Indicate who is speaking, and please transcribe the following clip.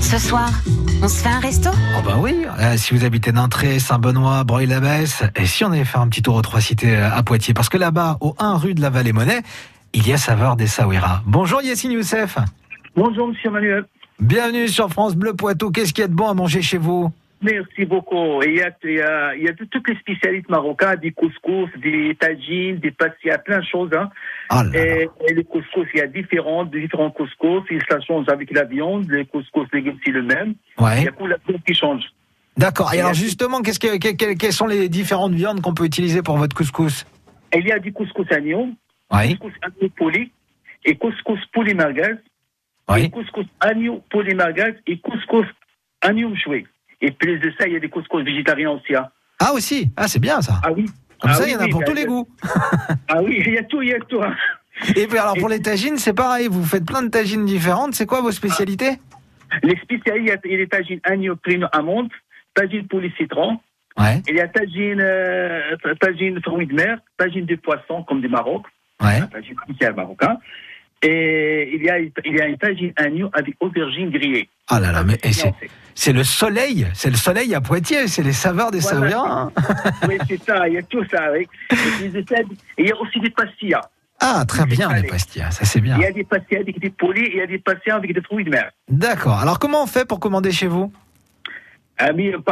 Speaker 1: Ce soir, on se fait un resto
Speaker 2: Oh bah oui, euh, si vous habitez Nintré, Saint-Benoît, Breuil-la-Besse, et si on allait faire un petit tour aux trois cités euh, à Poitiers, parce que là-bas, au 1 rue de la Vallée-Monnaie, il y a Saveur des Sawira. Bonjour Yassine Youssef,
Speaker 3: Bonjour, monsieur Manuel.
Speaker 2: bienvenue sur France Bleu Poitou, qu'est-ce qu'il y a de bon à manger chez vous
Speaker 3: Merci beaucoup. Il y a, il y a- il y a tout- toutes les spécialités marocaines, des couscous, des tagines, des pâtes, il y a plein de choses. Hein.
Speaker 2: Ah là là.
Speaker 3: Et, et le couscous, il y a différents, différents couscous. Il ça change avec la viande. Le couscous légumes, c'est le même. Il y
Speaker 2: Ouais.
Speaker 3: a tout la viande qui change.
Speaker 2: D'accord, et
Speaker 3: Et
Speaker 2: alors
Speaker 3: la-
Speaker 2: justement, qu'est-ce que, que- que- quelles sont les différentes viandes qu'on peut utiliser pour votre couscous
Speaker 3: Et il y a du couscous agneau,
Speaker 2: Oui,
Speaker 3: couscous agneau poulet, et couscous poulet merguez, et
Speaker 2: oui.
Speaker 3: couscous agneau poulet merguez, et couscous agneau mchoué. Et plus de ça, il y a des couscous végétariens aussi. hein.
Speaker 2: Ah aussi, ah c'est bien ça.
Speaker 3: Ah oui.
Speaker 2: Comme
Speaker 3: Ah
Speaker 2: ça,
Speaker 3: oui,
Speaker 2: il y en a
Speaker 3: oui,
Speaker 2: pour
Speaker 3: bah,
Speaker 2: tous les
Speaker 3: je-
Speaker 2: goûts.
Speaker 3: Ah oui, il y a tout, il y a tout. hein.
Speaker 2: Et puis alors pour les tagines, c'est pareil, vous faites plein de tagines différentes, c'est quoi vos spécialités
Speaker 3: Les spécialités, il y a les tagines agneau prime amande, tagine poulet citron,
Speaker 2: Ouais,
Speaker 3: il y a tagine, euh, tagine fruits de mer, tagine de poisson comme du Maroc,
Speaker 2: ouais.
Speaker 3: tagine spécial marocain. Et il y a, il y a une tagine agneau avec aubergine grillée.
Speaker 2: Ah là là, mais et c'est,
Speaker 3: Non, c'est-
Speaker 2: c'est le soleil, c'est le soleil à Poitiers, c'est les saveurs des
Speaker 3: Voilà.
Speaker 2: Savoyards. hein.
Speaker 3: oui, c'est ça, il y a tout ça. Oui. Et puis, c'est ça, il y a aussi des pastilles.
Speaker 2: Ah, très bien les
Speaker 3: Allez.
Speaker 2: pastilles, ça c'est bien.
Speaker 3: Il y a des pastilles avec des poulets, il y a des pastilles avec des fruits de mer.
Speaker 2: D'accord, alors comment on fait pour commander chez vous
Speaker 3: Ah, mais, euh,